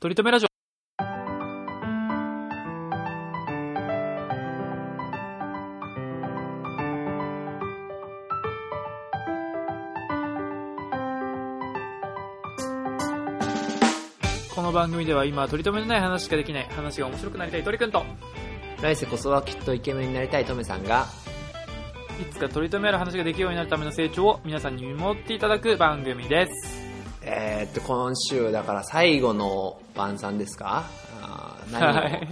取り留めラジオ。この番組では今は取り留めのない話しかできない話が面白くなりたい鳥くんと来世こそはきっとイケメンになりたいトメさんがいつか取り留めある話ができるようになるための成長を皆さんに見守っていただく番組ですえー、っと今週だから最後の晩餐ですかあーは何をい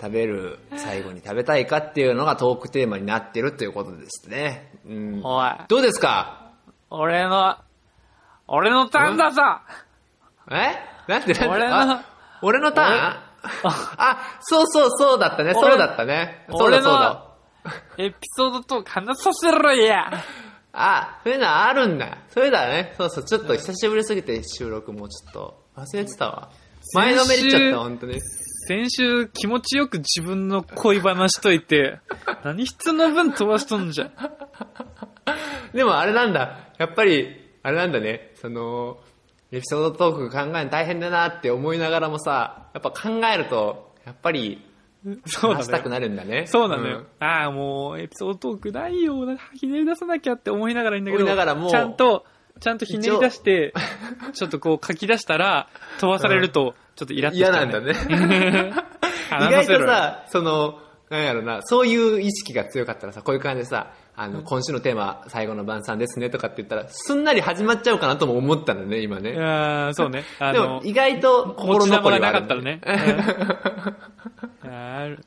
食べる最後に食べたいかっていうのがトークテーマになってるということですね、うん、おいどうですか俺の俺のターンだぞえなんでなんで俺のあ俺のターン俺あそうそうそうだったね俺そうだったねそうだ俺そうのだエピソードと話させろやあ、そういうのあるんだ。それだね。そうそう、ちょっと久しぶりすぎて収録もちょっと忘れてたわ。前のめりっちゃっ先週た、本当に。先週気持ちよく自分の恋話とい て何質の分飛ばしとんじゃでもあれなんだ。やっぱり、あれなんだね。その、エピソードトーク考えるの大変だなって思いながらもさ、やっぱ考えると、やっぱりそう話だしたねくなるんだね。そうなのよ、んああもうエピソードトークないよなんかひねり出さなきゃって思いながらいいんだけど思いながらもちゃんとちゃんとひねり出してちょっとこう書き出したら飛ばされるとちょっとイラッとしちゃ嫌う、なんだね。 意話外せろとよさ、その、なんやろな、そういう意識が強かったらさ、こういう感じでさ、あの、今週のテーマ、最後の晩餐ですねとかって言ったら、すんなり始まっちゃうかなとも思ったのね、今ね。あーそうねあでのも、意外と心残りはあるんだよ。持ち ある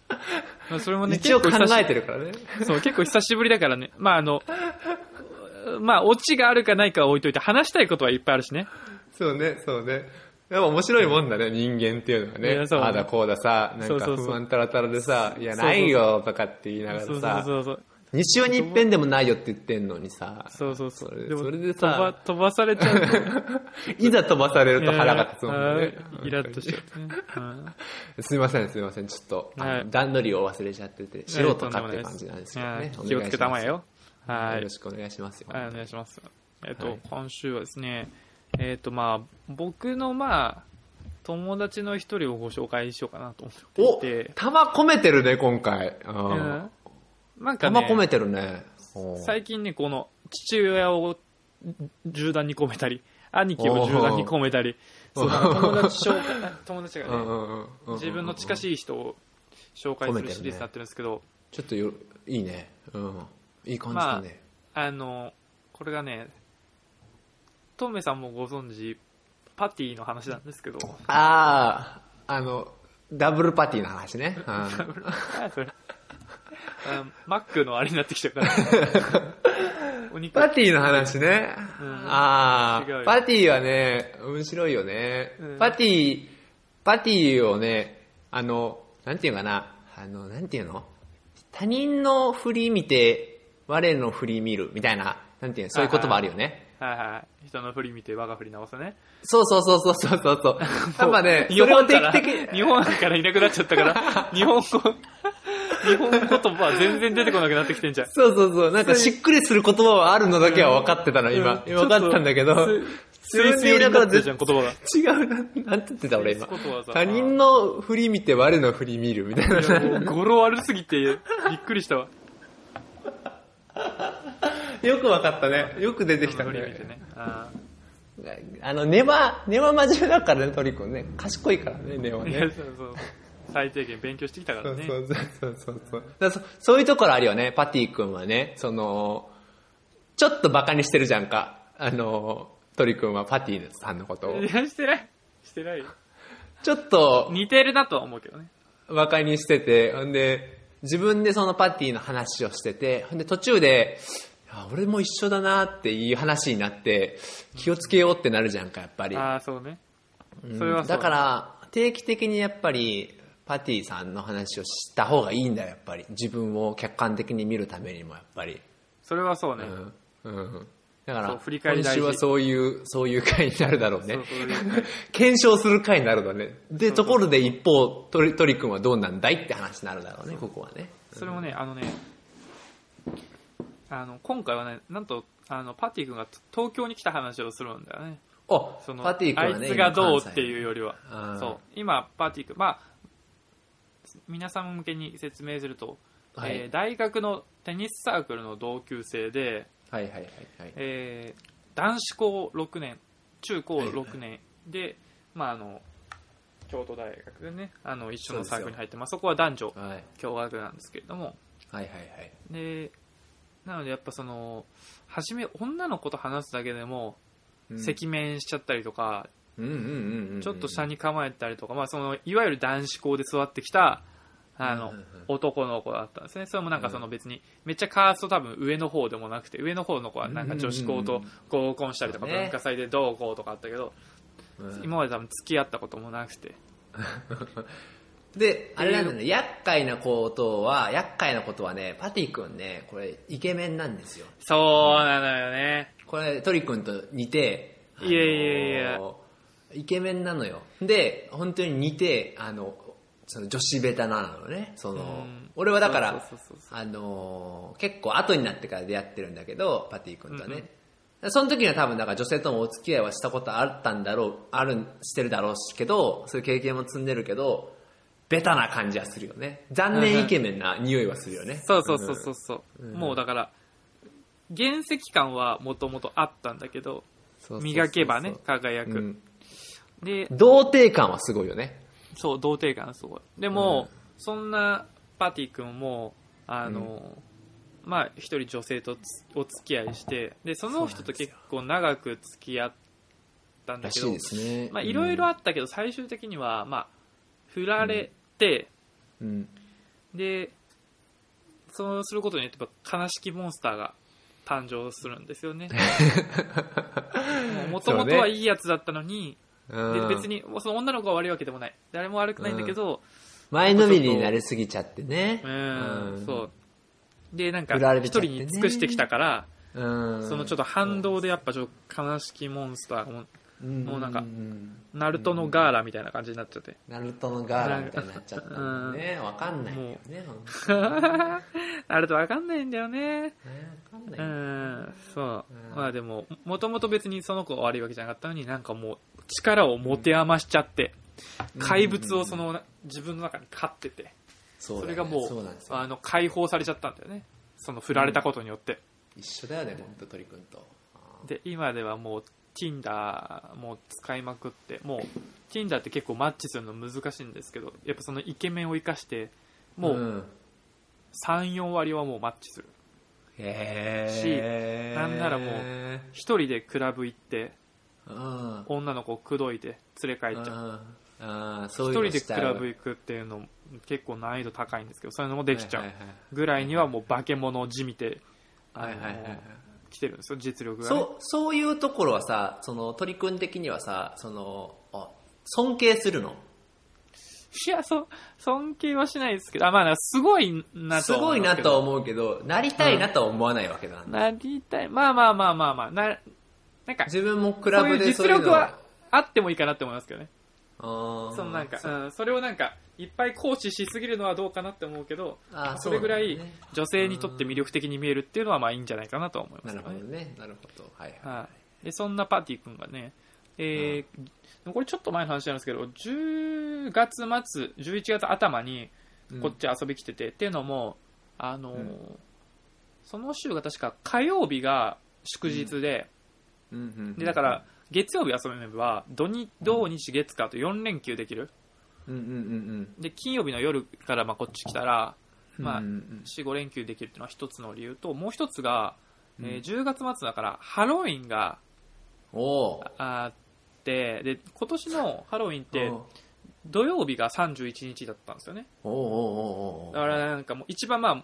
まあそれもね一応考結構久しえてるからね。そう、結構久しぶりだからね。まあ、あの、まあ、オチがあるかないかは置いといて、話したいことはいっぱいあるしね。そうね、そうね。やっぱ面白いもんだね、人間っていうのはいねや。そうああだこうださ、なそんうかそうそう不安たらたらでさ、いや、そうそうそうないよとかって言いなそうそがうらさ、そうそう。 2週に一遍でもないよって言ってんのにさ、 そうそうそう。それでもそれでさ飛ば、飛ばされちゃうと。 いざ飛ばされると腹が立つもんねえーあ。ーイラッとしちゃうね。うんすみません、すみません。ちょっと、あのはい段取りを忘れちゃってて、素人かっていう感じなんですけどはいね。気をつけたまえよ。おはい願いします。よろ。しくお願いしますよ。はい、お願いします。えっ、と、はい今週はですね、えっ、と、まあ、僕の、まあ、友達の一人をご紹介しようかなと思おっていて、玉込めてるね、今回。うんうんなんか玉ね、込めてるね。おー最近ねこの父親を銃弾に込めたり兄貴を銃弾に込めたりそうなんか友達紹 介友達うがんねうんうんうん自分の近しい人を紹介するシリーズになってるんですけど、ちょっとよ、いいね。うん。いい感じだね。あのこれがねトンメさんもご存知パティの話なんですけどああ、あの、ダブルパティの話ね。うんあ それあマックのあれになってきちゃうから お肉パティの話ね。あ違うよあ、パティはね、面白いよねうん。パティ、パティをね、あの、なんていうかな、あの、なんていうの他人の振り見て、我の振り見る、みたいな、なんていうのそういう言葉あるよね。はいはい人の振り見て我が振り直すねそうそうそうそうそ うそうそう。やっぱね、日それを本か定ら、期的に、日本からいなくなっちゃった から、日本語、日本言葉は全然出てこなくなってきてんじゃん。そうそうそう、なんかしっくりする言葉はあるのだけは分かってたの、今。うん分かったんだけど、スイス寄りになってるじゃん、言葉が。違うな、なんて言ってた俺今そういうことはさ。他人の振り見て我の振り見るみたいな。いやもう語呂悪すぎて、びっくりしたわ。よくわかったね。よく出てきた振ねり見てね。ああの、根は、根は真面目だからね、鳥くんね。賢いからね、根はーいやそうね。そうそう。最低限勉強してきたかそらうね。そうそうそうそう。だからそそういうところあるよね、パティくんはね。その、ちょっとバカにしてるじゃんか。あの、鳥くんはパティさんのことをい。や、してない。してないよ。ちょっと、似てるなとは思うけどね。馬鹿にしてて、ほんで、自分でそのパティの話をしてて、ほんで途中で、あ俺も一緒だなっていう話になって、気をつけようってなるじゃんか、やっぱり。ああ、そうね。うんそれはそうだから、定期的にやっぱり、パティさんの話をした方がいいんだよ、やっぱり。自分を客観的に見るためにも、やっぱり。それはそうねう。ん。うん。だかそうら、振り返り今大事週はそういう、そういう回になるだろうねそう。そういう 検証する回になるだろうね。で、ところで一方、トリトリ君はどうなんだいって話になるだろうね、ここはね。それもね、あのね、あの今回はね、なんとあのパティ君が東京に来た話をするんだよね。おそのパティ君はねあいつがどう今関西っていうよりはあーそう今パティ君まあ皆さん向けに説明すると、はいえー大学のテニスサークルの同級生で、はいはいはいはいえー男子校6年中高6年で、まあ、あの京都大学でねあの一緒のサークルに入ってまあ、そこは男女はいはい共学なんですけれどもはいでなのでやっぱその初め女の子と話すだけでもはい赤面しちゃったりとか、うんうんうんうんうんちょっと下に構えたりとか、まあ、そのいわゆる男子校で育ってきたあの、うんうんうん男の子だったんですねそれもなんかその別に、めっちゃカースト多分上の方でもなくて上の方の子はなんか女子校うとんうん合コンしたりとか、そうね文化祭でどうこうとかあったけど、うん今まで多分付き合ったこともなくてであれなんだね厄介なことは厄介なことはねパティ君ねこれイケメンなんですよそうなのよねこれトリ君と似てあのいやいやいやイケメンなのよで本当に似てあのその女子ベタなのねそのうん俺はだからそうそうそうそあのー結構後になってから出会ってるんだけどパティ君とはね、うんその時には多分だから女性ともお付き合いはしたことあったんだろうあるしてるだろうしけどそういう経験も積んでるけどベタな感じはするよね残念イケメンな匂いはするよね、そうそうそうそうそう、うんもうだから原石感はもともとあったんだけどうん磨けばねそう輝そく、うそううんで童貞感はすごいよねそう童貞感すごいでも、そんなパティ君もあの、まあ一人女性とつお付き合いしてでその人と結構長く付き合ったんだらけしどいですねまあいろいろあったけど最終的にはまあ振られて、うんでそうすることによってやっぱ悲しきモンスターが誕生するんです よねもともとはいいやつだったのに、うんで別にその女の子が悪いわけでもない誰も悪くないんだけど、前のめりになりすぎちゃってねうんそうでなんか振られ一ちゃって人ねに尽くしてきたから、うんそのちょっと反動でやっぱちょっと悲しきモンスターももうなんかナルトのガーラみたいな感じになっちゃって、ナルトのガーラみたいになっちゃったんだよね。わかんないよね。ナルトわかんないんだよねほんとねわかんないうよ。んそう、うんまあでももともと別にその子が悪いわけじゃなかったのになんかもう力を持て余しちゃって怪物をその自分の中に飼っててそそだれよねがもそうなんですよあの解放されちゃったんだよねその振られたことによって、一緒だよね、本当鳥くんと。で今ではもう Tinder もう使いまくってもう Tinder って結構マッチするの難しいんですけどやっぱそのイケメンを生かしてもうう、 34割はもうマッチするへーなんならもう一人でクラブ行ってうん。女の子を口説いて連れ帰っちゃうああ、そう一い人うのでしクたいラブ行くっていうのも結構難易度高いんですけどそういうのもできちゃはいうはいはいぐらいにはもう化け物をじみてあはのいはいはいはい来てるんですよ実力がね、そう、そういうところはさ、その鳥くん的にはさ、その、あ尊敬するのいやそ尊敬はしないですけどあまあすごいなとすは思ごういんですなけとはど思うけど、なりたいなとは思わないわけだなな。りたい。まあまあまあまあまあ。な、なんか、自分もクラそういブうでそ実ういうの力はあってもいいかなって思いますけどね。あーそのなんか、うん、それをなんか、いっぱい行使しすぎるのはどうかなって思うけど、あーそれぐらいそうなんだね女性にとって魅力的に見えるっていうのはまあいいんじゃないかなとは思いまなするけどほどね。ね。なるほど。はいはい。はい。で、そんなパーティー君がね、えー、でもこれちょっと前の話なんですけど、10月末、11月頭にうんこっち遊び来てて、っていうのも、あのーうんその週が確か火曜日が祝日で、うんうんうんでだから、月曜日遊べば土日土日月火と4連休できるうんうんうんで金曜日の夜からまあこっち来たら、うん。まあうんうん45連休できるっていうのは一つの理由ともう一つが、うんえー10月末だからハロウィンがうん、おーあってで今年のハロウィンっておー土曜日が31日だったんですよねおーおーおーおーだからなんかもう一番まあ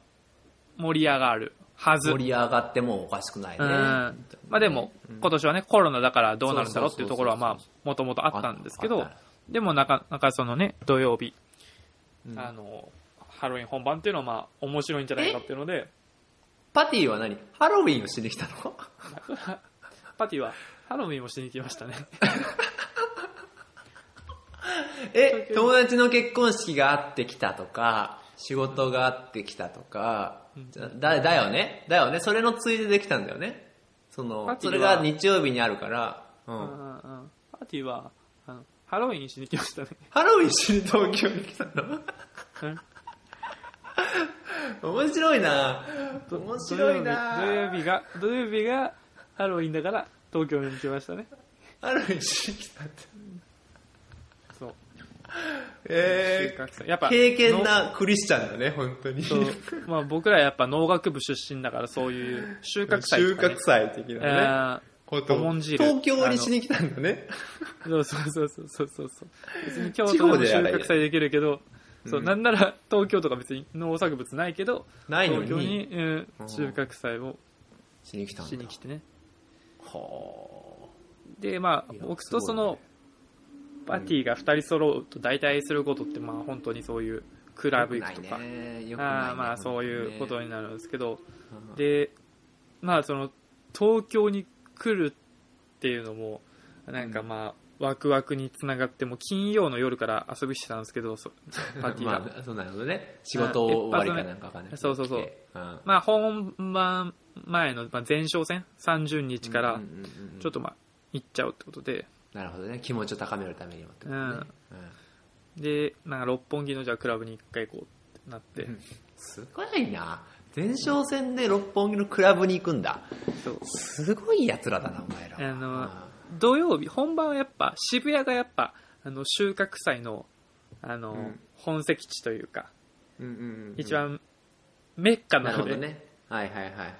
盛り上がるはず盛り上がってもおかしくないね。うんまあでも今年はねコロナだからどうなるんだろうっていうところはそうそうまそうそあもともとあったんですけあどったでもなかなかそのね土曜日うんあの、ハロウィン本番っていうのはまあ面白いんじゃないかっていうので、パティは何ハロウィンをしに来たのパティはハロウィンをしに来ましたね。え、友達の結婚式があってきたとか、仕事があってきたとか、だ、だよねだよねそれのついでできたんだよねそパの、ティそはれが日曜日にあるから、ううんん。うんうんティは、あの、ハロウィンしに来ま したね。ハロウィンしに東京に来たの 面白いな面白いな土曜日が、土曜日がハロウィンだから、東京に来ましたね。ハロウィンしに来たって。そう。え収ー穫祭やっぱ、敬虔なクリスチャンだね、本当に。そうまあ僕らやっぱ農学部出身だからそういう収穫祭収とか、ね、穫祭的えなね。ーことおもんじる東京にしに来たんだね。そうそうそうそうそうそうそう別に京地都方でもで収やらない穫祭できるけど、そううんなんなら東京とか別に農作物ないけどないの東京に。に、うんうん収穫祭をしに来たんだ。しに来てねはでまあいや僕とそすごいのねパティが2人揃うと大体することってまあ本当にそういうクラあ。ブ行くとか、よくないねよくないねあーまあそういうことに。になるんですけど、うんでまあその東京に来るっていうのもなんかまあ、ワクワクにつながってもう金曜の夜から遊びしてたんですけど そパーティーが、まあ、そうなるほどね。仕事終わりかなんかがね。そうそうそううん。まあ本番前のまあ前哨戦30日かうらんうんうんうんちょっとまあ行っちゃうってことでなるほどね。気持ちを高めるためにもってことね。うんでなんか六本木のじゃあクラブに一回行こうってなって、うんすごいな。前哨戦で六本木のクラブに行くんだ。そうすごい奴らだな、お前らは。あの土曜日本番はやっぱ渋谷がやっぱあの収穫祭のあの、うん本籍地というかうんうんうんうん一番メッカななるのほで、どね。はいはいはいはいはい。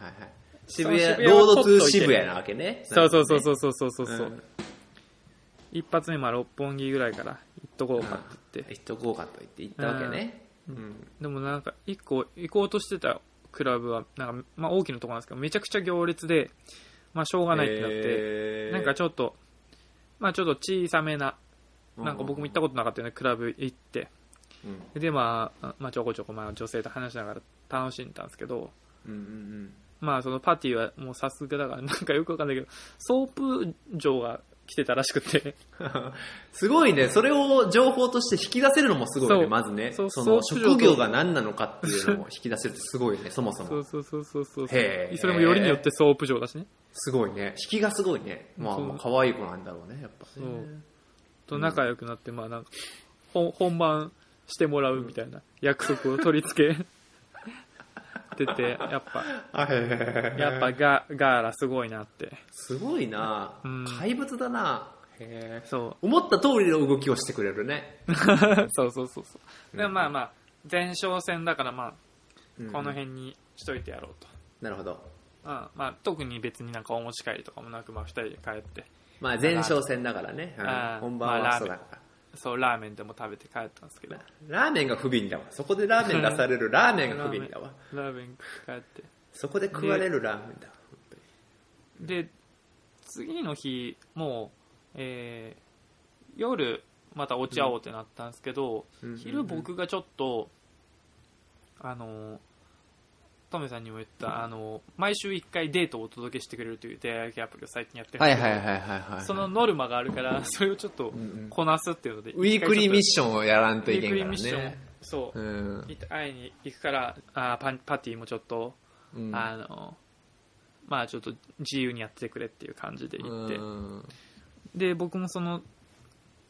そ渋の谷、渋谷ローをド取っといてツー渋谷なわけね。。そうそうそうそううそうそうそうそう、ん一発目まあ六本木ぐらいから行っとこうかって言って、行っとこうかと言って行ったわけね。うん。でもなんか一個行こうとしてたクラブはなんか、まあ、大きなとこなんですけどめちゃくちゃ行列で、まあ、しょうがないってなって、てなんかちょっとまあちょっと小さめななんか僕も行ったことなかったよねクラブ行ってうんでまあ、まあ、ちょこちょこまあ女性と話しながら楽しんでたんですけどうんうんまあそのパティはもうさすがだからなん かよくわかんないけどソープ嬢が来てたらしくてうん。 すごいね。それを情報として引き出せるのもすごいね、そうまずね。そそうのそう職業が何なのかっていうのを引き出せるってすご いね、そもそそうも。そうそうそうそうそへーれもよりによってソープ嬢だしねすごいね。引きがすごいね。まあ、そうまあ可愛い子なんだろうね、やっぱね。 そうと仲良くなってまあなんか本本番してもらうみたいな約束を取り付け ててやっぱあへへへへやっぱガガーラすごいなってすごいな、うん怪物だなへえそう思った通りの動きをしてくれるね、 そうそうそうそうでもまあまあ前哨戦だからまうんあこの辺にしといてやろうと、なるほどまあまあ、特に別になんかお持ち帰りとかもなく、まあ、2人で帰ってまあ前哨戦だからね、うんあー本番まはあそうだから、そうラーメンでも食べて帰ったんですけどラーメンが不憫だわそこでラーメン出され るラーメンが不憫だわラーメン帰ってそこで食われるラーメンだわ本当にで次の日もう、えー夜また落ち合おうってなったんですけど、うん昼僕がちょっとあのートメさんにも言ったあのー毎週1回デートをお届けしてくれるという出会い系アプリを最近やってるんはでいすけどはいはいはいはいそのノルマがあるからそれをちょっとんうんこなすっていうのでウィークリーミッシションをやらんといけんからウィークリーミッションねそうう、んい会いに行くからあーパンパティもちょっとうんあの、まあちょっと自由にやってくれっていう感じで行って、うんで、僕もその、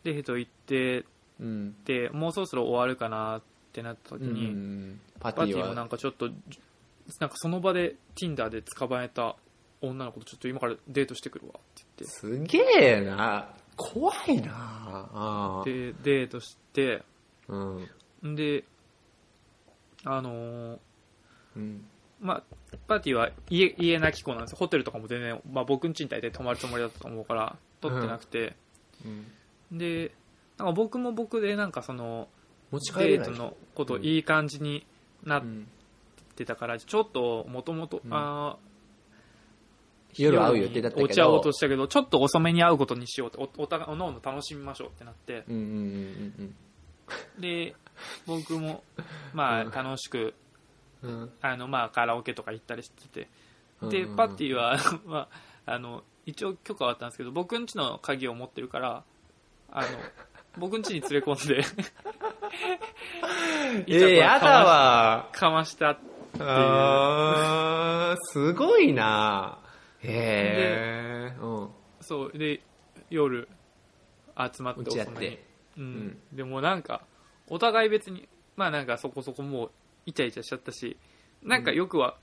デート行って、うんで、もうそろそろ終わるかなってなった時うに、んパテパティィもなはんかちょっと、なんかその場で Tinder で捕まえた女の子とちょっと今からデートしてくるわってすげえな怖いなあー言って、で、デートして、うんんで、あのーうんまあ、パティは家家なき子なんですよホテルとかも全然、まあ、僕ん賃貸で泊まるつもりだったと思うから取ってなくて、うんでなんか僕も僕でなんかその持ち帰れデーないトのこといい感じになっうんてたからちょっともともとうんあー夜会う予定だったけどお茶を落としたけどちょっと遅めに会うことにしようっておお互いおのおの楽しみましょうってなってうんうんうんで僕もまあうん楽しくうんうんあのまあカラオケとか行ったりしててうんでうんうんパッティは、 まあ、あの一応許可はあったんですけど僕ん家の鍵を持ってるからあの僕ん家に連れ込ん でえー、やだわかましたあーすごいなへえうんそうで夜集まって打ち合って大人にうんんでもなんかお互い別にまあなんかそこそこもうイチャイチャしちゃったしなんかよくは、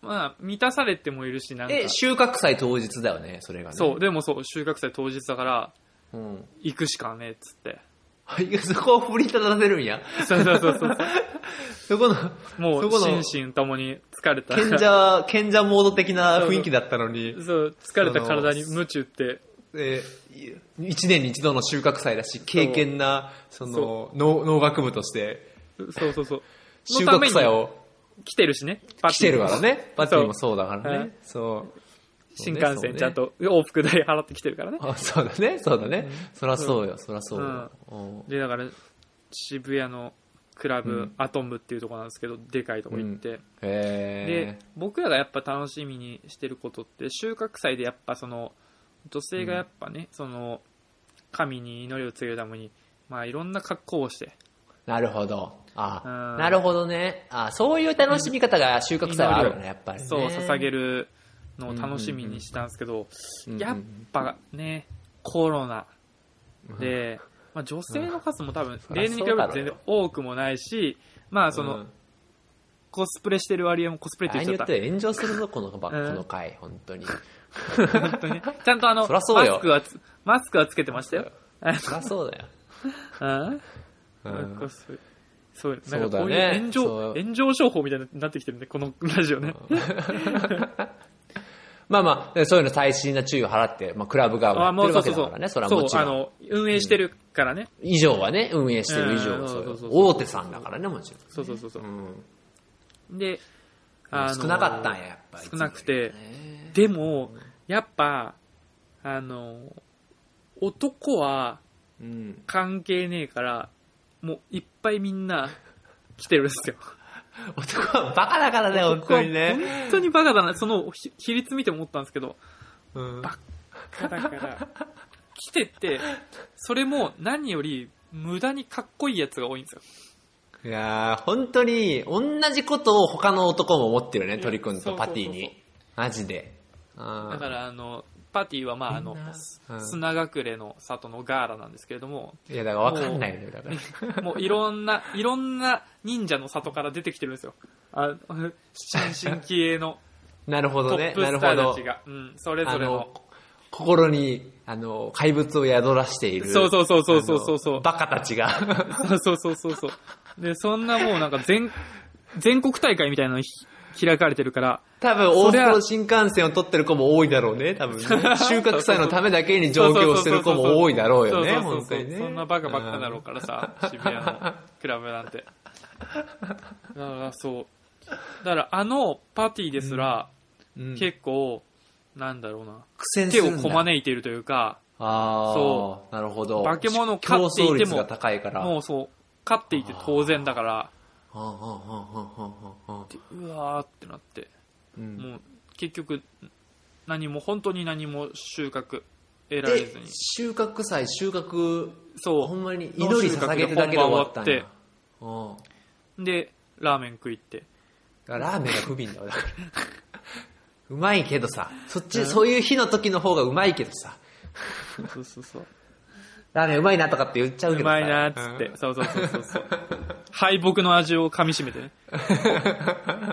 まあ満たされてもいるしなんかえ、収穫祭当日だよね、それがね。そうでもそう収穫祭当日だからうん。 行くしかねえっつっていや、そこを振り立たせるんや。そうそうそうそう そこの、もそこのう心身ともに疲れた賢者、賢者モード的な雰囲気だったのに、 そう疲れた体に無知打ってえーい一年に一度の収穫祭だし、経験な、その、農農学部として、そうそうそう 収のため穫に祭を来てるしねパ来てるからね。バッテリーもそそうだからね。そう。新幹線ちゃんと往復代払ってきてるからねあそうだね、そうだね。そらそうよ、そらそうよ。うんでだから渋谷のクラブ、うんアトムっていうとこなんですけどでかいとこ行って、へで僕らがやっぱ楽しみにしてることって収穫祭でやっぱその女性がやっぱね、その神に祈りを告げるためにまあいろんな格好をしてーなるほど。あう、んなるほどね。あ、そういう楽しみ方が収穫祭はあるよね、やっぱりね。そう捧げる。るのを楽しみにしたんですけど、うんやっぱねコロナで、まあ、女性の数も多分そりゃ例年に比べて全然多くもないしまあその、うんコスプレしてる割合もコスプレっあてれ言っちによゃっったて炎上するぞ、このばこうんの回、本 当に。本当にちゃんとあのそらそうマよスクはつマスクはつけてましたよそりゃそうだよ。うんうんコスプレそうそなうんかこうだねいう炎そ上う炎上商法みたいになってきてるねこのラジオねまあまあ、そういうの細心な注意を払って、まあ、クラブ側もやあってもうるそうわそけうだそうからね、それはそもうちあろん。の運営してるからね以上はね、運営してる以上うはんそそうようそうそう大手さんだからね、もちそうそうそうそろん。うんうで少なかったんや、やっぱり。少なくてねでもやっぱあの男はうん。関係ねえからもういっぱいみんな来てるんですよ男はバカだからね、本当にね。本当にバカだなそのひ比率見て思ったんですけどうんバだから来ててそれも何より無駄にかっこいいやつが多いんですよいやー本当に、同じことを他の男も思ってるね、鳥くんとパティそうそうに。マジで。だだか、らあのパティはまああのみんなすうん砂隠れの里のガーラなんですけれどもいや、だから分かんないのよ、だか ら。 もういろんな、いろんな忍者の里から出てきてるんですよ。あ新進気鋭のなるほトどねッ、プなスるほターどたち。が、うん、それあぞれのの、、心に、あの、怪物を宿らしている。そうそうそうそうそうそうそうあのバカた ちが。そうそうそうそう。で、そんなもうなんか全、全国大会みたいなのひ開かれてるから、多分、そ往りゃ復の新幹線を取ってる子も多いだろうね、多 分ね。収穫祭のためだけに上京してる子も多いだろうよね、そうそうそう本そ当うにね。そんなバカばっかだろうからさ、渋谷のクラブなんて。だからそう。だからあのパティですら、うん。結結構、なんだろうな、構苦戦す手るをんだ。こまねいているというか、ああ、そなるほど。化け物を競飼っていても争率が高いから。もうそう、勝っていて当然だから、うんうんうんうんうんうんうわーってなって、うんもう結局、何も、本当に何も収穫得られでずに、、収穫祭、収穫、ほそんまに祈り捧げてだけで終わったんや。うんう。で、ラーメン食いって。だからラーメンが不憫だわだから うまいけどさ、そっち、そういう日の時の方がうまいけどさ、そうそうそう。ラーメンうまいなとかって言っちゃうけ うどさ。まいなーっつって、うんそうそうそうそうそう。敗北の味を噛みしめてね。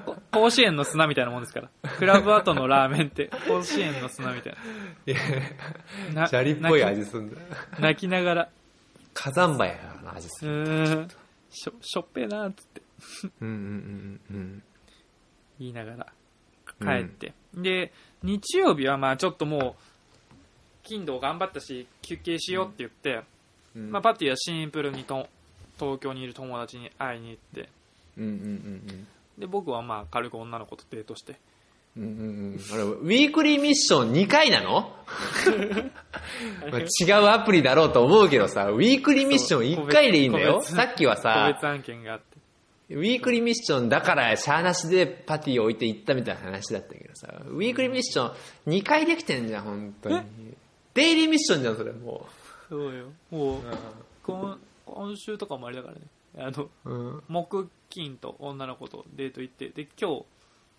こ甲子園の砂みたいなもんですから。クラブ後のラーメンって、甲子園の砂みたいいや な。な砂利っぽい味すんだ。泣き泣きながら、火山灰やからな、味すうる。ーん、しょ、しょっぺーなーっつって。うんうんうんうん。言いながら帰って、で日曜日はまあちょっともう金土頑張ったし休憩しようって言って、うんまあ、パティはシンプルにと東京にいる友達に会いに行ってうんうんうんで僕はまあ軽く女の子とデートしてうん。うんうんうん、あれウィークリーミッション2回 なのまあ違うアプリだろうと思うけどさ、ウィークリーミッション1回でいいんだよ。そう個別さっきは個さ別、案件があってウィークリーミッションだから、シャーなしでパティ置いて行ったみたいな話だったけどさ、ウィークリーミッション2回できてんじゃん、本当に。デイリーミッションじゃん、それも そうよもう今今週とかもあれだからねあのう。うん。木金と女の子とデート行ってで今日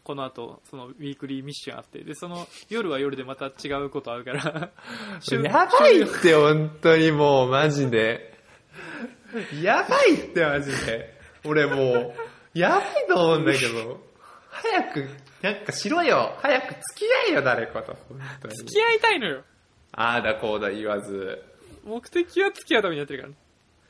この後、そのウィークリーミッションあって、で、その夜は夜でまた違うことあるから、週 やばいって、本当にもう、マジで。やばいって、マジで。俺もう、やばいと思うんだけど。早く、なんかしろよ。早く付き合えよ、誰かと。本当に付き合いたいのよ。ああだこうだ言わず。目的は付き合うためにやってるからね。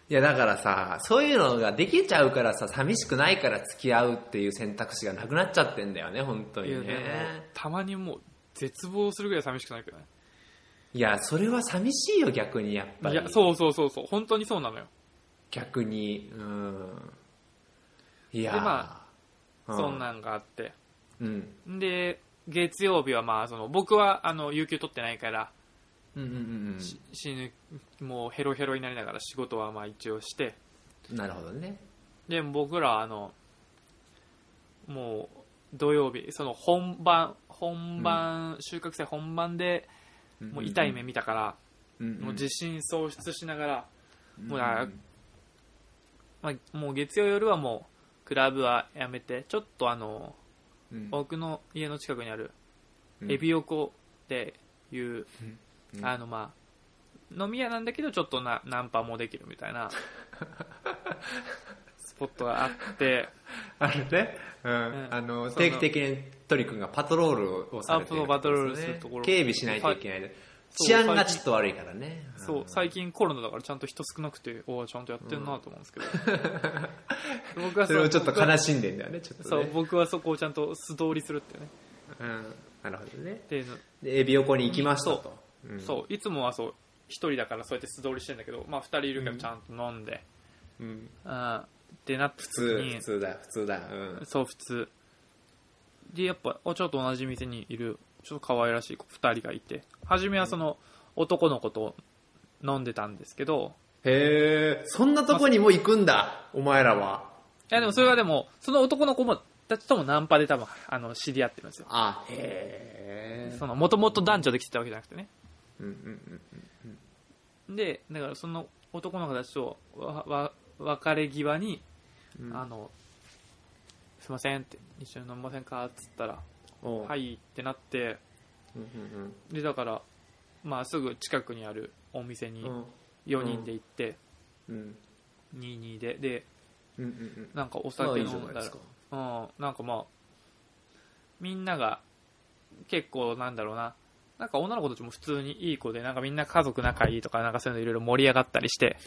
いや、だからさ、そういうのができちゃうからさ、寂しくないから付き合うっていう選択肢がなくなっちゃってんだよね、本当いやにでもね。たまにもう絶望するぐらい寂しくないからねいや、それは寂しいよ、逆に、やっぱいり。やそうそうそうそう本当にそうなのよ、逆に、うん。いやでまあそん。なんがあってうん。で月曜日はまあその僕はあの有給取ってないからうんうんし死ぬもうヘロヘロになりながら仕事はまあ一応してうん。なるほどね。で僕らはあのもう土曜日その本番本番、収穫祭本番でもう痛い目見たから、うんうん、もう自信喪失しながら、うんもうあまあ、もう月曜夜はもうクラブはやめてちょっとあのうん僕の家の近くにあるうんエビ横っていう、うんあのまあ飲み屋なんだけどちょっとなナンパもできるみたい なスポットがあってあれね、うん、んあその、の定期的にトリ君がパトロールをされてる、あそうパトロールするところ警備しないといけない。そう治安がちょっと悪いからね。そう最近コロナだからちゃんと人少なくておーちゃんとやってんなと思うんです けど、僕はそれをちょっと悲ししんでんだよね、ちょっと、そね。う僕はそこをちゃんと素通りするっていうねうん。なるほどね。っていうので、エビ横に行きましたと。んそういつもはそう1人だからそうやって素通りしてんだけど、まあ、2人いるからちゃんと飲んで、うん。うん、ってなった時普通、に普通だ、普通だ。うん。そう普通でやっぱあちょっと同じ店にいるちょっと可愛らしい子2人がいて初めはその男の子と飲んでたんですけどへえ、そんなとこにも行くんだ、お前らは。いやでもそれはでもその男の子もたちともナンパで多分あの知り合ってるんですよあ、へえ。もともと男女で来てたわけじゃなくてねうんうんでだからその男の子たちとわわ別れ際にうん。あの、すいませんって、一緒に飲みませんかっつったら、の。はいいってなって、うんうんで、だから、まあ、すぐ近くにあるお店にうん。 4人で行って、うん。 22で、で、うんうんうん。なんかおまあ酒い飲いじゃなんいだでらす、か。うん、なんかまあ、みんなが、結構なんだろうな、なんか女の子たちも普通にいい子で、なんかみんな家族仲いいとか、なんかそういうのいろいろ盛り上がったりして、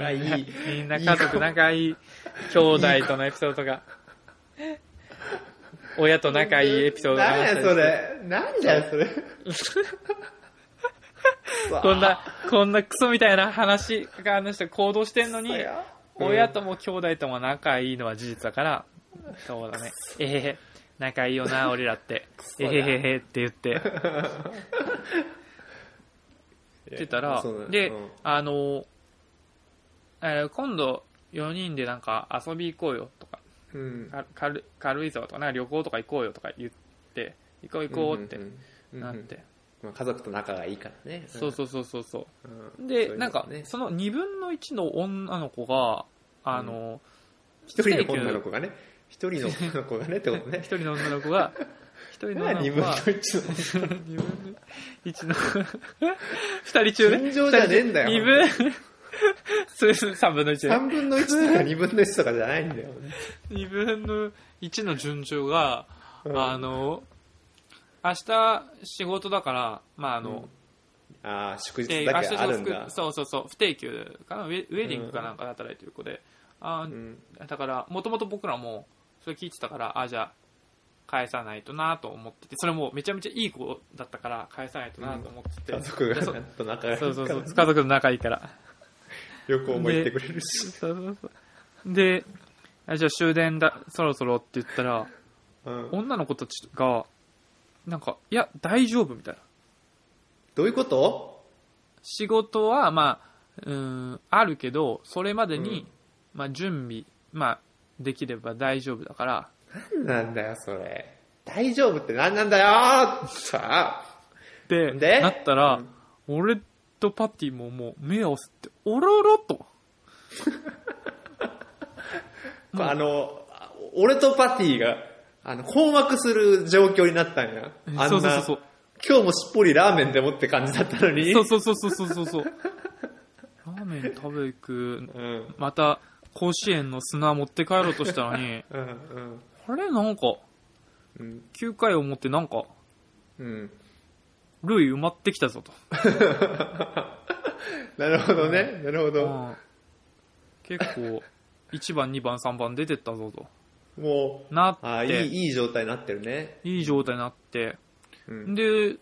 あ、いい。みんな家族仲いい兄弟とのエピソード が親と 仲いいエピソードがなん話だしたりしよそてれ。なんだよそれ。 こんなこんなクソみたいな話があの人行動してんのに親とも兄弟とも仲いいのは事実だからそう だねえへへ仲いいよな俺らってえやへへへって言 って言ってたらそうだねでうんあのえー今度4人でなんか遊び行こうよとかうん。か軽軽井沢とかなんか旅行とか行こうよとか言って行こう行こうってなっうんうんて、まあ家族と仲がいいからね。そうそうそうそうそうん。うそういうでことなんかねその2分の1の女の子があの、一人の女の子がね。一人の女の子がねってことね一。人の女の子が一人の女 何の分子のが一の。 2分の1の 2人中ね尋常じゃねえんだよ2分そう3分の1ね三分の一とか二分の一とかじゃないんだよね。 2分の1の順調が、うんあの明日仕事だからまああの、うんああ、祝で日明だ日け仕あるん事だ。そうそうそう不定休かなウェウェディングかなんかで働いてる子で、あーうんだからもともと僕らもそれ聞いてたからあーじゃあ返さないとなと思っててそれもめちゃめちゃいい子だったから返さないとなと思ってて、家族がでそと仲がいいかそらうそうそう家族と仲いいから旅行も行ってくれるし。そうそうそうであじゃあ終電だそろそろって言ったらうん女の子たちがなんかいや大丈夫みたいなどういうこと仕事は、まあ、うーん、あるけど、それまでに、うんまあ、準備、まあ、できれば大丈夫だから、何なんだよ、それ。大丈夫って何なんだよさあ。で、でなったら、俺とパティももう目を合わせて、おろろと。あの、あ俺とパティが、あの、困惑する状況になったんや。あんな、そうそうそう今日もしっぽりラーメンでもって感じだったのに。そうそうそうそうそうそうそうラーメン食べ行くうん。また甲子園の砂持って帰ろうとしたのにうん、うん、あれなんかうん、 9回表なんかうん。ルイ埋まってきたぞと、なるほどね。なるほうど。ん、結構1番2番3番出てったぞともう、なってあいい、いい状態になってるね。いい状態になってうん。で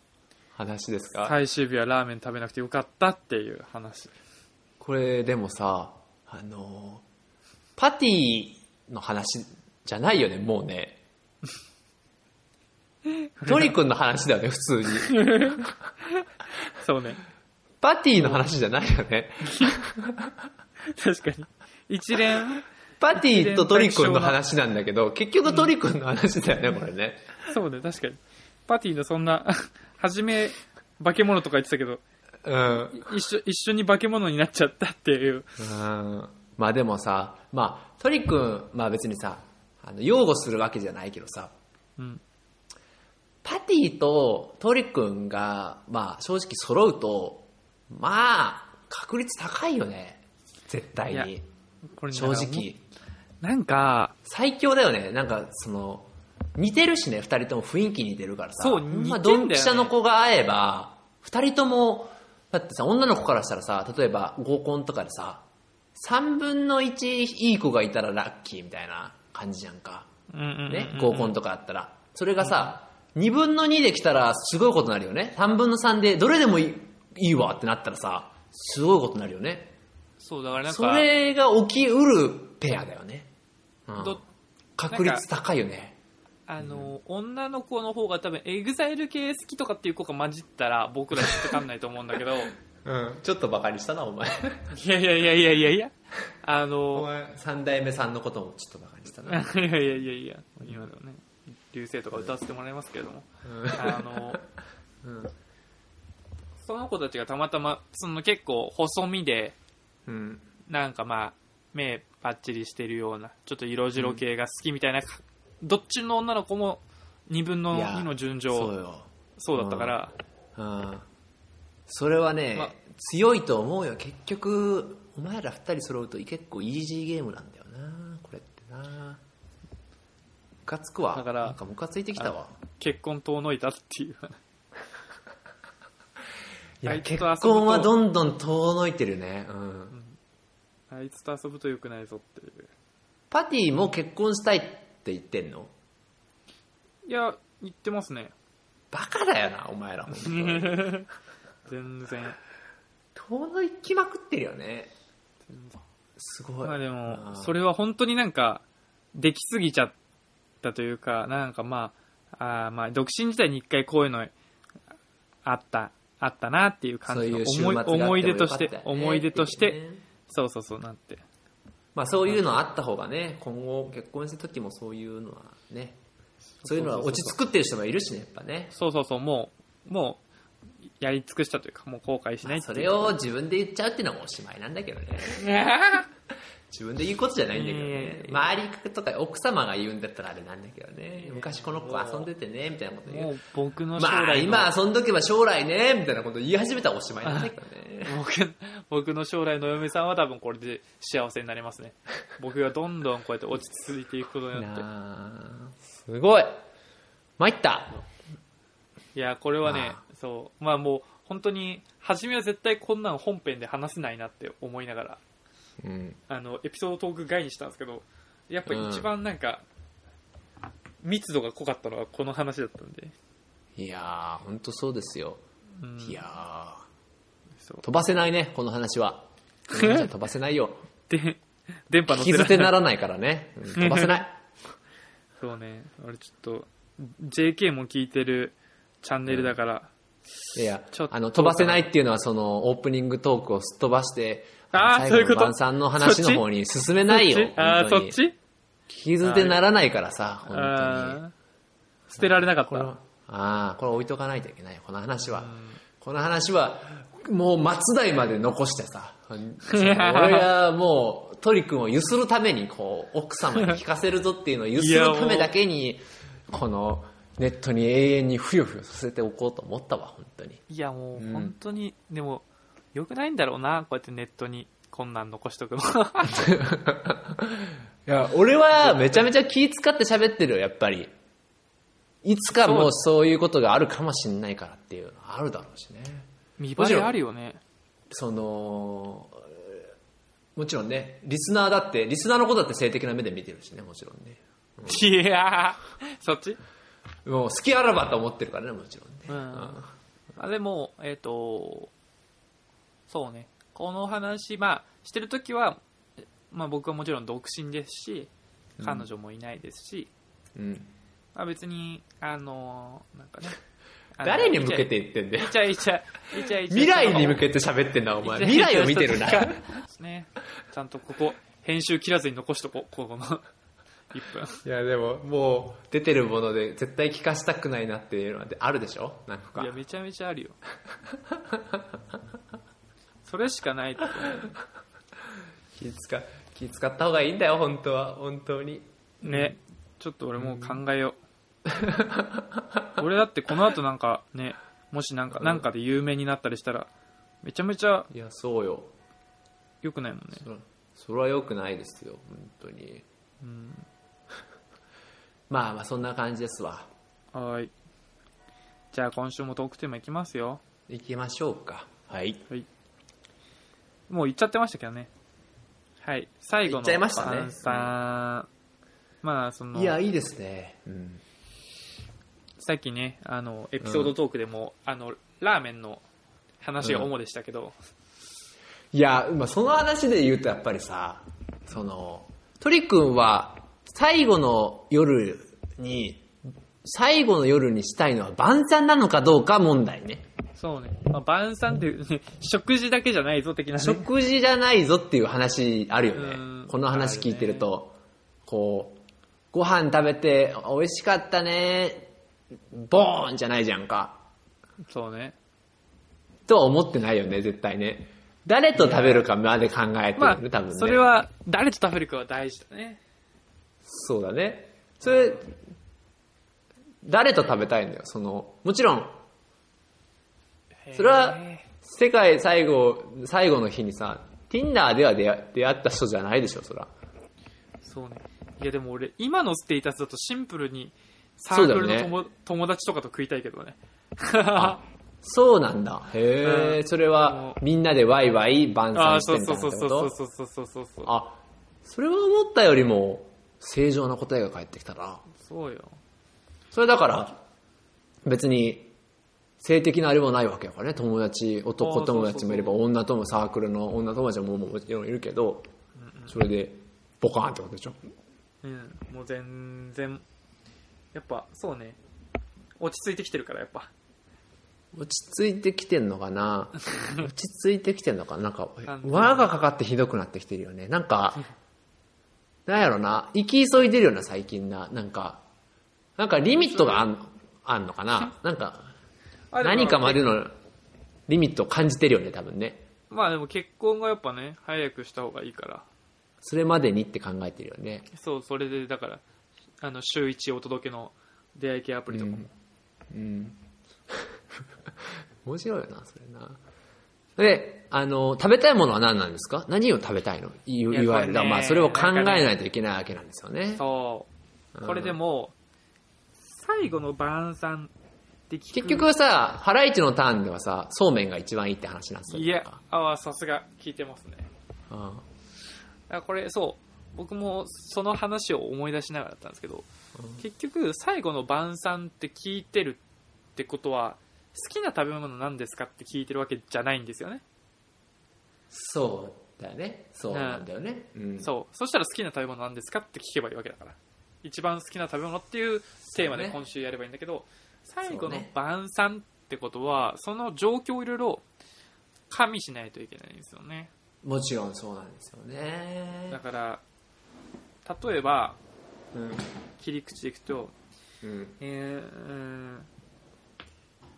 話ですか最終日はラーメン食べなくてよかったっていう話これでもさ、あのー、パティの話じゃないよね、もう ね。トリ君の話だよね、普通に。 そうね パティの話じゃないよね。確かに一連パティとトリ君の話なんだけど、結局トリ君の話だよね、これね。そうね確かにパティのそんな 初め化け物とか言ってたけどうん。一緒一緒に化け物になっちゃったっていううんまあでもさ、まあ、トリ君、まあ別にさ、あの、擁護するわけじゃないけどさ、うんパティとトリ君が、まあ正直揃うと、まあ、確率高いよね。絶対いやに。これね正直。なんか最強だよね。なんか、その、似てるしね、二人とも雰囲気似てるからさ。そうまあ、似てんだよねドンピシャの子が会えば、二人とも、だってさ、女の子からしたらさ、例えば合コンとかでさ、三分の一いい子がいたらラッキーみたいな感じじゃんか。うんうんうんうんね、合コンとかあったら。それがさ、二分の二できたらすごいことになるよね。三分の三で、どれでもいいいいわってなったらさ、すごいことになるよね。そうだからなんそかれが起きうるペアだよね。うんど確率高いよね。あの、女の子の方が多分エグザイル系好きとかっていう子が混じったら僕ら引っかかんないと思うんだ けどいうん、ちょっとバカにしたな、お前。やいやいやいやいやいやあおの前、三代目さんのこともちょっとバカにしたいやな。いやいやいや今ではね流星とか歌わせてもらいますけれども、あの、うんその子たちがたまたまその結構細身で うん。なんかまあ目パッチリしてるようなちょっと色白系が好きみたいな、どっちの女の子も2分のいや2の順調そうそうよ。だったから、うん。それはね、ま強いと思うよ。結局、お前ら二人揃うと結構イージーゲームなんだよな、これってな。ムカつくわ。だからなんかムカついてきたわ。結婚遠のいたっていう いやあいつ結と遊ぶと婚はどんどん遠のいてるね。うんあいつと遊ぶと良くないぞっていうパティも結婚したいって言ってんのいや言ってます ねバカだよな、お前ら。本当 に全然遠のいきまくってるよね。全然すごい。まあであもーそれは本当になんかできすぎちゃったというかなんかまああーまあ独身時代に一回こういうのあったあったなっていう感そうじいのう週末思いがあっても思い出としよかてったよね思い出としっていうてねそうそうそうなってまあそういうのあった方がね、今後結婚した時もそういうのはね、そういうのは落ち着くっていう人もいるしね、やっぱね。そうそうそうもうもうやり尽くしたというかもう後悔しないってそいうれを自分で言っちゃうっていうのはおしまいなんだけどね。自分で言うことじゃないんだけどいやいやね。い周りとか奥様が言うんだったらあれなんだけどね。昔この子遊んでてね、みたいなこと 言もう。う僕の将まあ来の、今遊んどけば将来ね、みたいなこと言い始めたらおしまいなんだけどね。僕 僕の将来のお嫁さんは多分これで幸せになりますね僕がどんどんこうやって落ち着いていくことによってなあすごい参ったいやこれはねまそうまあもう本当に初めは絶対こんなん本編で話せないなって思いながらうん。あのエピソードトーク外にしたんですけどやっぱ一番なんか、密度が濃かったのはこの話だったんで、いやー、ほんとそうですよ。うんいやー。そう飛ばせないね、この話 は。この話は飛ばせないよ。で電波引のき捨てならないからね。うん飛ばせない。そうね俺ちょっと JK も聞いてるチャンネルだから、いやちょっ、とあの、飛ばせないっていうのは、その、オープニングトークをすっ飛ばして、あー最そうい後うこのと晩餐の話の方に進めないよそっち。ああ本そっ当にち聞き捨てならないからさ、本当に。あー捨てられなかったああ、これ置いとかないといけない。この話はん。この話は、もう松代まで残して さ、その俺がもうトリ君をゆするために、こう、奥様に聞かせるぞっていうのをゆするためだけに、このネットに永遠にふよふよさせておこうと思ったわ、本当に。いやもううん本当に、でもよくないんだろうなこうやってネットにこんなん残しと くのいや、俺はめちゃめちゃ気使って喋ってるよ、やっぱり。いつかもうそういうことがあるかもしんないからっていうのはあるだろうしね。見栄もちえろんあるよねその、えーもちろんね、リスナーだって、リスナーのことだって性的な目で見てるしね、もちろんね。いやーそっちもう好きあらばと思ってるからね、もちろんね。うんあでもえっ、とそうねこのお話まあしてる時は、まあ、僕はもちろん独身ですし彼女もいないですし、うんまあ、別にあのーなんかねあの誰に向けて言ってんだよイ。チャイチャイチャイチャ未来に向けて喋ってんだ、お前。未来を見てるな。ね、ちゃんとここ、編集切らずに残しとこう、こ この1分。いや、でも、もう、出てるもので、絶対聞かしたくないなっていうのはあるでしょなんかいや、。めちゃめちゃあるよ。それしかないって気使、気使った方がいいんだよ、本当は。本当に。ね、ちょっと俺もう考えよ う。俺だってこの後なんかね、もしなんか、なんかで有名になったりしたら、めちゃめちゃいや、そうよ。良くないもんね。そらそれは良くないですよ、本当に。うん。まあまあ、そんな感じですわ。はーい。じゃあ今週もトークテーマいきますよ。行きましょうか。はい。はい。もう言っちゃってましたけどね。はい。最後の言っちゃいましたね炭酸まあ、そのい、や、いいですね。うん。さっきね、あの、エピソードトークでも、あの、ラーメンの話が主でしたけど、いや、まあ、その話で言うとやっぱりさ、その、トリ君は最後の夜に、最後の夜にしたいのは晩餐なのかどうか問題ね。そうね。まあ、晩餐って、ね、食事だけじゃないぞ、的な、ね。食事じゃないぞっていう話あるようんね。この話聞いてると、こう、ご飯食べて美味しかったね、ボーンじゃないじゃんか。そうね。とは思ってないよね、絶対ね。誰と食べるかまで考えてるまあ、よね、多分ね。それは、誰と食べるかは大事だね。そうだね。それ、誰と食べたいんだよ。その、もちろん、それはへ世界最後、最後の日にさ、Tinder では出会出会った人じゃないでしょ、そら。ーそうね。いや、でも俺、今のステータスだとシンプルに、サそうーだクよルねの友,、友達とかと食いたいけどね。そうなんだ。へえ、うんそれは、みんなでワイワイ晩ああ餐ー、しそてうそみたういそなこうそうとそうそうそうそうそう。あ、それは思ったよりも、正常な答えが返ってきたな。そうよ。それだから、別に、性的なあれもないわけやからね。友達、男友達もいれば、あー女友、サークルの女友達ももちろんいるけど、それで、ボカーンってことでしょ。うん。もう全然、やっぱ、そうね。落ち着いてきてるから、やっぱ。落ち着いてきてんのかな 落ち着いてきてんのかななんか完、全に輪がかかってひどくなってきてるよね。なん か、なんやろな、行き急いでるよな、最近な。なんか、なんかリミットがあんのあんのかな なんか、あ何かま。でのリミットを感じてるよね、多分ね。もまあでも結婚がやっぱね、早くした方がいいから。それまでにって考えてるよね。そう、それで、だから、あの、週一お届けの出会い系アプリとかも。うん。 面白いよな、それな。で、あの、食べたいものは何なんですか何を食べたいのいいやわゆる。これねまあ、それを考えないといけないわけなんですよね。そう。これでも、最後の晩餐って聞く結、局さ、ハライチのターンではさ、そうめんが一番いいって話なんですよ。いや、ああ、さすが、聞いてますね。うん。あこれそう僕もその話を思い出しながらだったんですけど、結局最後の晩餐って聞いてるってことは好きな食べ物なんですかって聞いてるわけじゃないんですよね、そうだよね。そうなんだよね。うん。そうそしたら好きな食べ物なんですかって聞けばいいわけだから一番好きな食べ物っていうテーマでそうね今週やればいいんだけど、最後そうのね晩餐ってことはその状況をいろいろ加味しないといけないんですよねもちろんそうなんですよねだ。から例えばうん。切り口でいくとうん。えーうん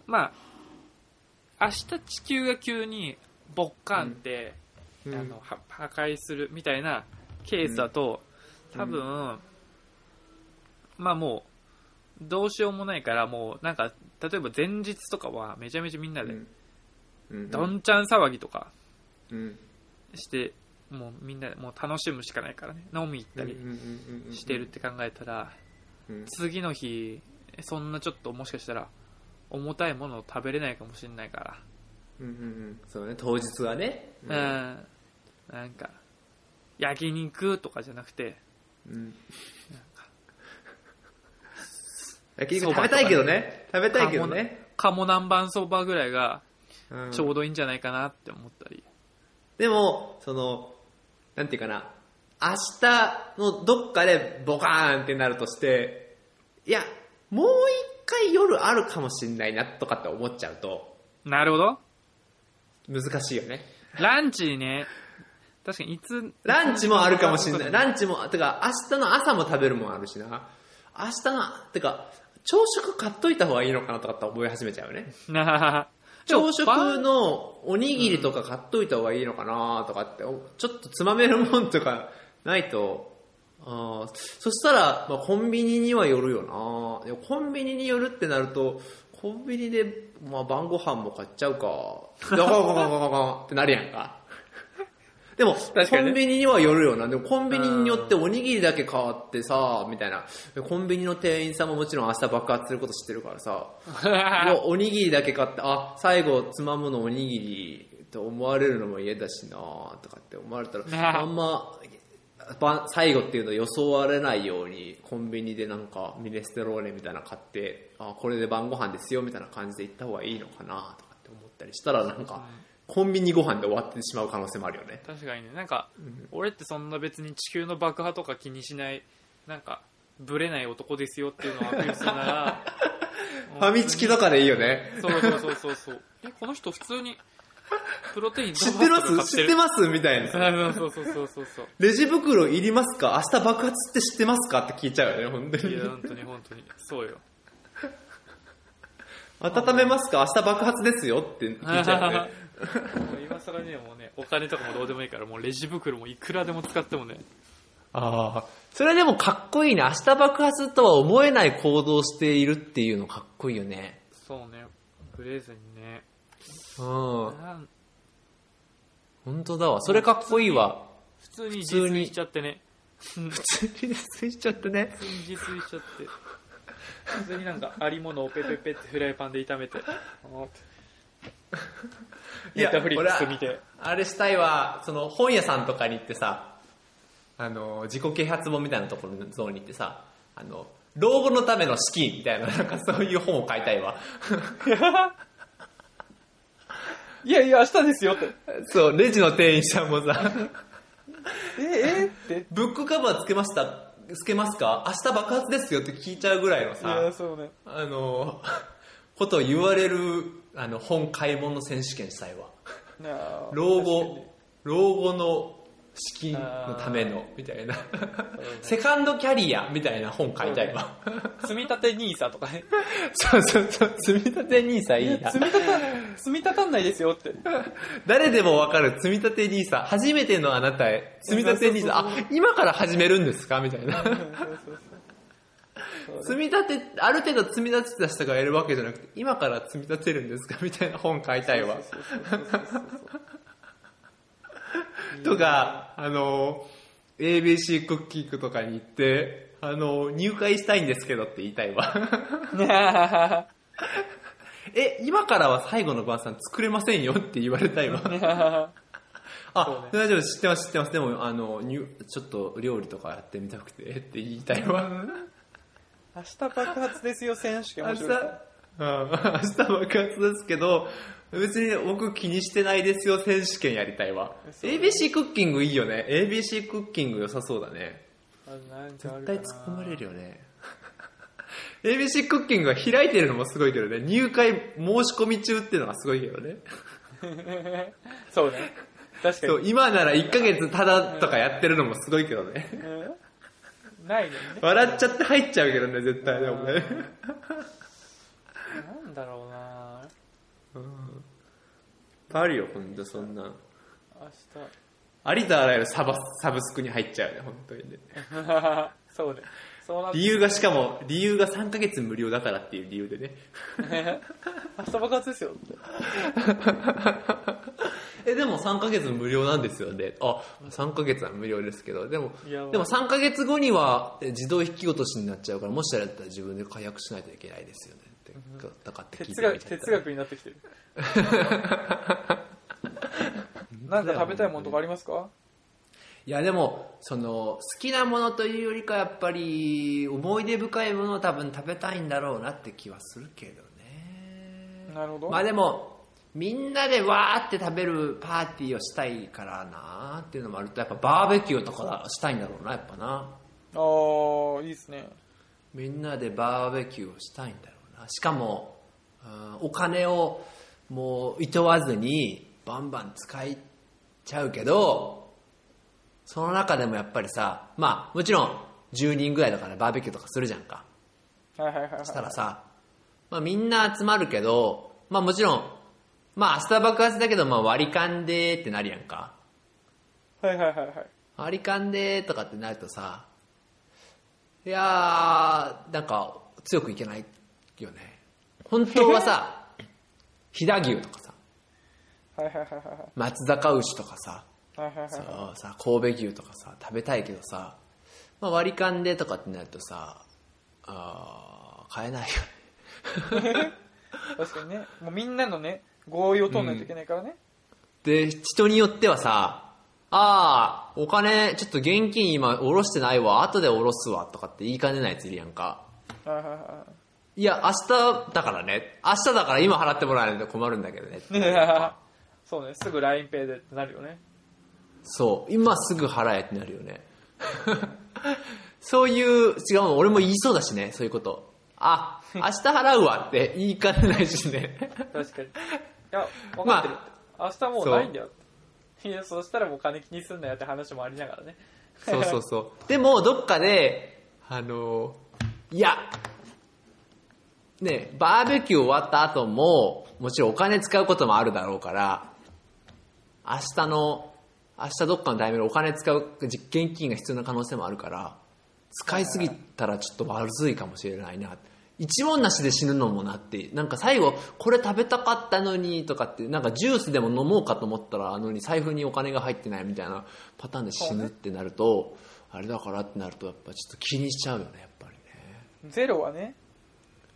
まあ明日地球が急にボッカンって、うんあのは破壊するみたいなケースだと、多分、まあもうどうしようもないからもうなんか例えば前日とかはめちゃめちゃみんなでうんどんちゃん騒ぎとかうんして、もうみんなでもう楽しむしかないからね飲み行ったりしてるって考えたら、うん次の日そんなちょっともしかしたら重たいものを食べれないかもしれないかうんうんうんそうね当日はねらうん、なんか焼肉とかじゃなくてうん焼肉食べたいけどね食べたいけどね鴨南蛮そばぐらいがうんちょうどいいんじゃないかなって思ったり、でもそのなんていうかな明日のどっかでボカーンってなるとしていやもう一回夜あるかもしんないなとかって思っちゃうとなるほど難しいよねランチにね確かにいつランチもあるかもしんない。ランチも、てか、明日の朝も食べるもんあるしな。明日の、てか、朝食買っといた方がいいのかなとかって思い始めちゃうよね。な朝食のおにぎりとか買っといた方がいいのかなとかって、おちょっとつまめるもんとかないと、あーそしたら、まあ、コンビニにはよるよなでもコンビニによるってなると、コンビニで、まあ、晩ご飯も買っちゃうか。ガガガガガガガってなるやんか。 でも、確コかにねンビニにはよるよな。でも、コンビニによっておにぎりだけ変わってさ、みたいな。コンビニの店員さんももちろん明日爆発すること知ってるからさ。うわおにぎりだけ買ってあ最後つまむのおにぎりと思われるのも嫌だしなとかって思われたならああんまば最後っていうの予想われないようにコンビニでなんかミネステローネみたいなの買ってあこれで晩ご飯ですよみたいな感じで行った方がいいのかなとかって思ったりしたらなんかコンビニご飯で終わってしまう可能性もあるよね確かにねなんか、俺ってそんな別に地球の爆破とか気にしないなんかブレない男ですよっていうのをアピールするな らファミチキとかでいいよねそうそうそうそうそうえこの人普通にプロテイン知ってまドバッと買す知ってますみたいなそうそうそうそうそうレジ袋いりますか明日爆発って知ってますかって聞いちゃうよね本当そういにや本当に本当にそうよ温めますか明日爆発ですよって聞いちゃうよねも う今更ねもうねお金とかもどうでもいいからもうレジ袋もいくらでも使ってもねああそれでもかっこいいね明日爆発とは思えない行動をしているっていうのかっこいいよねそうねブレずにねうんなん本当だわそれかっこいいわ普通に自通炊にしちゃってね普通に吸いちゃってね 普通に自炊しちゃって普通になんかありものをペペペってフライパンで炒めてネタフリックス見てあれしたいわその本屋さんとかに行ってさあの自己啓発本みたいなところのゾーンに行ってさあの老後のための資金みたいななんかそういう本を買いたいわいやいや明日ですよってそうレジの店員さんもさ ええってブックカバーつけましたつけますか明日爆発ですよって聞いちゃうぐらいいのやさ、そうねあの、 ことを言われる、あの、本買い物選手権したいわ。なあ老確か後に、老後の資金のための、みたいな。セカンドキャリアみたいな本買いたいわ。積み立て NISA とかねそうそうそう、積み立て NISA いいな積。み立た積み立たんないですよって誰でもわかる積み立て NISA。初めてのあなたへ。積み立て NISA。あ、今から始めるんですかみたいな。積み立て、ある程度積み立てた人がやるわけじゃなくて、今から積み立てるんですかみたいな本買いたいわ。とか、あの、ABC クッキングとかに行って、あの、入会したいんですけどって言いたいわ。 え、今からは最後の晩餐作れませんよって言われたいわ。あ、そ大丈夫です、知ってます、知ってます。でも、あの、入ちょっと料理とかやってみたくてって言いたいわ。明日爆発ですよ選手権明面日、白ういん、明日爆発ですけど、別に僕気にしてないですよ選手権やりたいわ。そう ABC クッキングいいよね。ABC クッキング良さそうだね。絶絶対突っ込まれるよ ね。ABC クッキングが開いてるのもすごいけどね、入会申し込み中っていうのがすごいけどね。そうね確かにそう、今なら1ヶ月ただとかやってるのもすごいけどね。 うんないのにね笑っちゃって入っちゃうけどね、絶対ね、俺。なんだろうなぱいあるよ、ほんとそんな。明ありとあらゆるサバサブスクに入っちゃうね、本当にね。日そうねそうなって理由がしかも、理由が3ヶ月無料だからっていう理由でね。 明日爆発ですよってえ、でも3ヶ月無料なんですよね。あ、3ヶ月は無料ですけど、でも、いやまあでも3ヶ月後にはえ自動引き落としになっちゃうから、もしあれだったら自分で解約しないといけないですよねって、だからって聞いて哲みちゃっ学た哲学になって きてるなんか食べたいものとかありますかいやでもその好きなものというよりかやっぱり思い出深いものを多分食べたいんだろうなって気はするけどねなるほどまあでもみんなでわーって食べるパーティーをしたいからなーっていうのもあるとやっぱバーベキューとかがしたいんだろうなやっぱなああいいですねみんなでバーベキューをしたいんだろうなしかも、うんお金をもういとわずにバンバン使いちゃうけどその中でもやっぱりさまあもちろん10人ぐらいだからバーベキューとかするじゃんかはいはいはい、はいそしたらさ、まあ、みんな集まるけどまあもちろんまあ明日爆発だけどまあ割り勘でってなるやんかはいはいはいはい割り勘でとかってなるとさいやーなんか強くいけないよね本当はさ飛騨牛とかさはいはいはいはいはい松阪牛とかさはいはいはいはいそうさ神戸牛とかさ食べたいけどさ、まあ、割り勘でとかってなるとさあー買えないよね確かにねもうみんなのね合意を取らないといけないからね、で人によってはさああお金ちょっと現金今下ろしてないわ後で下ろすわとかって言いかねないやついるやんかはいはいはいや、明日だからね。明日だから今払ってもらわないと困るんだけどね。いね そうねすぐ LINEPay でってなるよねそう。今すぐ払えってなるよね。 そういう、違うの、俺も言いそうだしね、そういうこと。あ、明日払うわって言いかねないしね。確 かにいや分かってるって、明日もうないんだよっていやそしたらもう金気にすんなよって話もありながらねそうそうそう。でも、どっかで、あのいや、ね、バーベキュー終わった後も、もちろんお金使うこともあるだろうから、明日の、明日どっかのタイミングでお金使う、実験金が必要な可能性もあるから、使いすぎたらちょっと悪いかもしれないな。一文なしで死ぬのもなって、なんか最後、これ食べたかったのにとかって、なんかジュースでも飲もうかと思ったら、あのに財布にお金が入ってないみたいなパターンで死ぬってなると、あれだからってなると、やっぱちょっと気にしちゃうよね、やっぱりね。 ゼロはね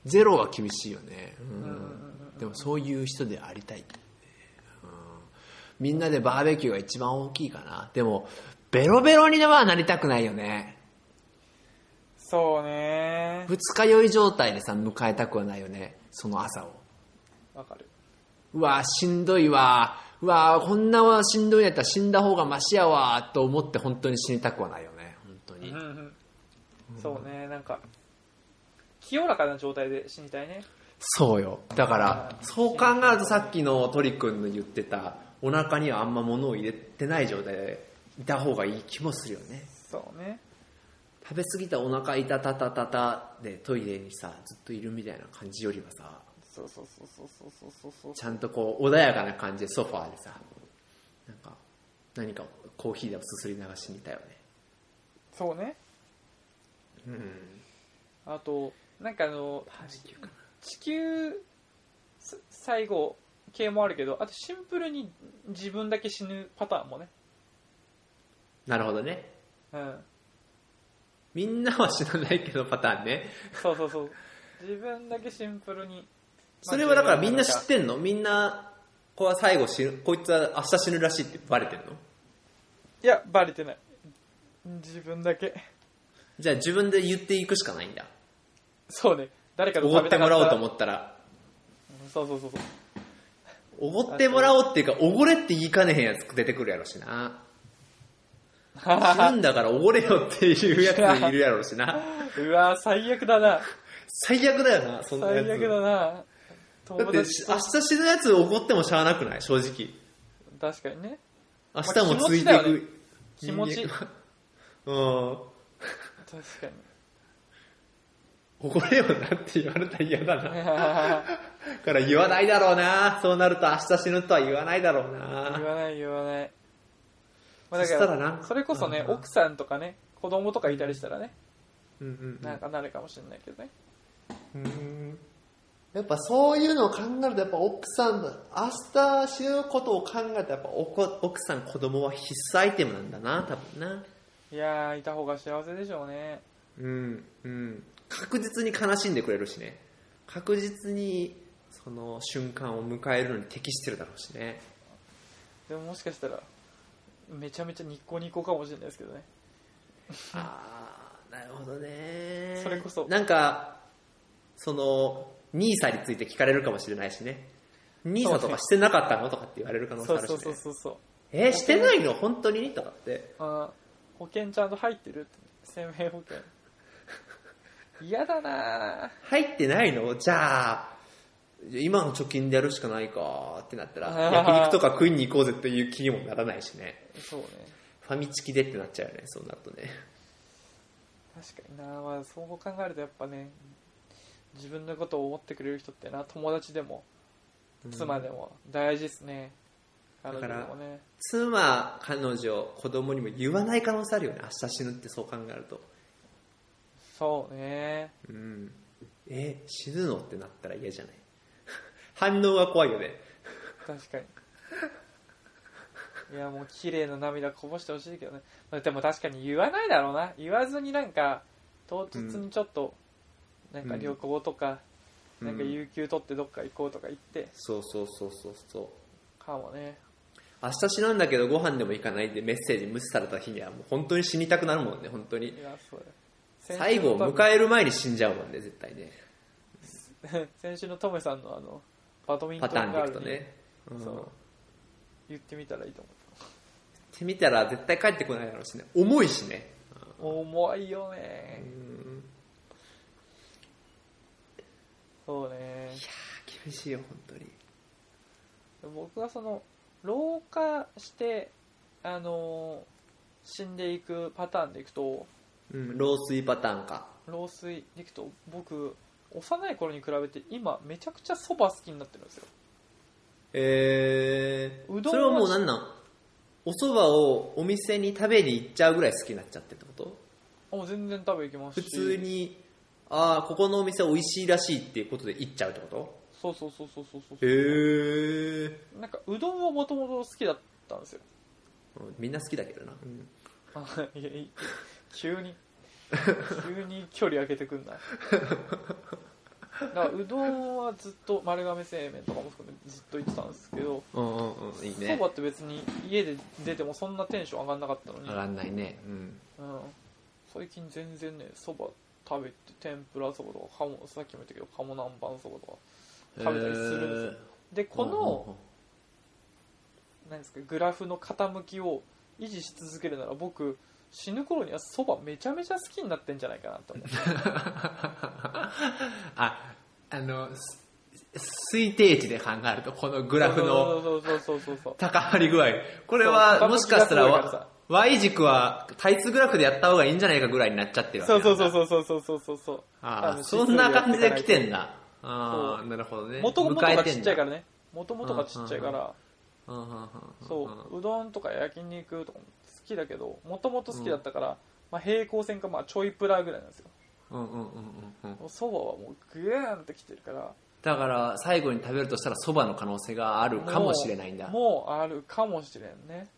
ゼロは厳しいよね、うん、でもそういう人でありたい、うんみんなでバーベキューが一番大きいかなでもベロベロにはなりたくないよねそうね二日酔い状態でさ迎えたくはないよねその朝をわかるうわしんどいわうわこんなはしんどいんやったら死んだ方がマシやわと思って本当に死にたくはないよね本当うにんうんそうねなんか清らかな状態で死にたいねそうよだからそう考えるとさっきの鳥くんの言ってたお腹にはあんま物を入れてない状態でいた方がいい気もするよねそうね食べ過ぎたお腹いたたたたたでトイレにさずっといるみたいな感じよりはさそうそうそうそうそうそうそうちゃんとこう穏やかな感じでソファーでさなんか何かをコーヒーでもすすり流しにいたよねそうねうんあとなんかあの地球す最後系もあるけどあとシンプルに自分だけ死ぬパターンもねなるほどねうんみんなは死なないけどパターンねそうそうそう自分だけシンプルにそれはだからみんな知っててんのみんな、こは最後死ぬ、こいつは明日死ぬらしいってバレてんのいやバレてない自分だけじゃあ自分で言っていくしかないんだ。そうね誰かおごってもらおうと思ってったら。そうそうそうそうおごってもらおうっていうか、おごれって言いかねへんやつ出てくるやろし な。死ぬんだからおごれよっていうやついるやろしな。うわ最悪だな最悪だよな、そんなやつ。最悪だなだ友って達し明日死ぬやつおごってもしゃあなくない正直。確かにね明日もついてまいあく。気持ちだよね気持ち人間はうん。確 かにおごれよなって言われたら嫌だな。から言わないだろうなそうなると明日死ぬとは言わないだろう言なわない言わない、まあ、そだしかたららなんかそれこそねうん奥さんとかね子供とかいたりしたらねうんうんなんかなるかもしれないけどねうんやっぱそういうのを考えるとやっぱ奥さんだ明日死ぬことを考えたらやっぱおこ奥さん子供は必須アイテムなんだな多分ないやーいた方が幸せでしょうねうんうん確実に悲しんでくれるしね確実にその瞬間を迎えるのに適してるだろうしねでももしかしたらめちゃめちゃニッコニコかもしれないですけどねああなるほどねそれこそなんかそのニーサについて聞かれるかもしれないしねニーサとかしてなかったのとかって言われる可能性そあうるし、そねう、そうそうそうえーしてないの本当にとかってあー保険ちゃんと入ってるって生命保 険嫌だなー入ってないのじゃあ今の貯金でやるしかないかってなったらあー焼肉とか食いに行こうぜっていう気にもならないしねそうねファミチキでってなっちゃうよねそうなるとね確かになまあそう考えるとやっぱね自分のことを思ってくれる人ってな友達でも妻でも大事ですね、彼だから女でもね妻彼女子供にも言わない可能性あるよね明日死ぬってそう考えるとそうねうんえ死ぬのってなったら嫌じゃない 反応が怖いよね確かにいやもう綺麗な涙こぼしてほしいけどねまあでも確かに言わないだろうな言わずになんか唐突にちょっと、なんか旅行とか、うんなんか有給取ってどっか行こうとか言ってそうそうそうそうそうかもね明日死なんだけどご飯でも行かないでメッセージ無視された日にはもう本当に死にたくなるもんね本当いにやそうだ先最週の後を迎える前に死んじゃうもんね絶対ね 先週のトメさんのあのバドミントパンターンでいガくーとルにね、うん、そそうう言ってみたらいいと思ってみたら絶対帰ってこないだろうしね重いしねう重いよねうんそうねいやー厳しいよ本当に僕はその老化してあのー死んでいくパターンでいくとうん老衰パターンか老衰でいくと僕幼い頃に比べて今めちゃくちゃそば好きになってるんですよえー、うどんはそれはもうなんなんお蕎麦をお店に食べに行っちゃうぐらい好きになっちゃってってこともう全然食べ行きます普し通にああここのお店美味しいらしいっていうことで行っちゃうってこそうそうそうそうそうそうとへえなんかうどんはもともと好きだったんですよ みんな好きだけどな、うんあいやいい急に急に距離開けてくんな だからうどんはずっと丸亀製麺とかも含めてずっと行ってたんですけどうんうんうんいいそねばって別に家で出てもそんなテンション上がんなかったのに、上がんないねうんうん、最近全然ねそば食べて天ぷらそばとか鴨さっきも言ったけど鴨南蛮そばとか食べたりするんですよへでーこうんうんうのん何ですかグラフの傾きを維持し続けるなら僕死ぬ頃にはそばめちゃめちゃ好きになってんじゃないかなと思うああのす推定値で考えるとこのグラフのそうそうそうそうそう高張り具合これそはうもしかしたら高張り具合がさわ Y 軸は対数グラフでやった方がいいんじゃないかぐらいになっちゃってるわけそうなんだそうそうそうそうそうそうそうああそんな感じで来てんだあそあなるほどねもともとがちっちゃいかららねもともとがちっちゃいからそううどんとか焼肉とかも好きだけどもともと好きだったから、まあ、平行線かまあちょいプラぐらいなんですようんうんうんうんうんもうそばはもうグーンってきてるからだから最後に食べるとしたらそばの可能性があるかもしれないんだもうもうあるかもしれんね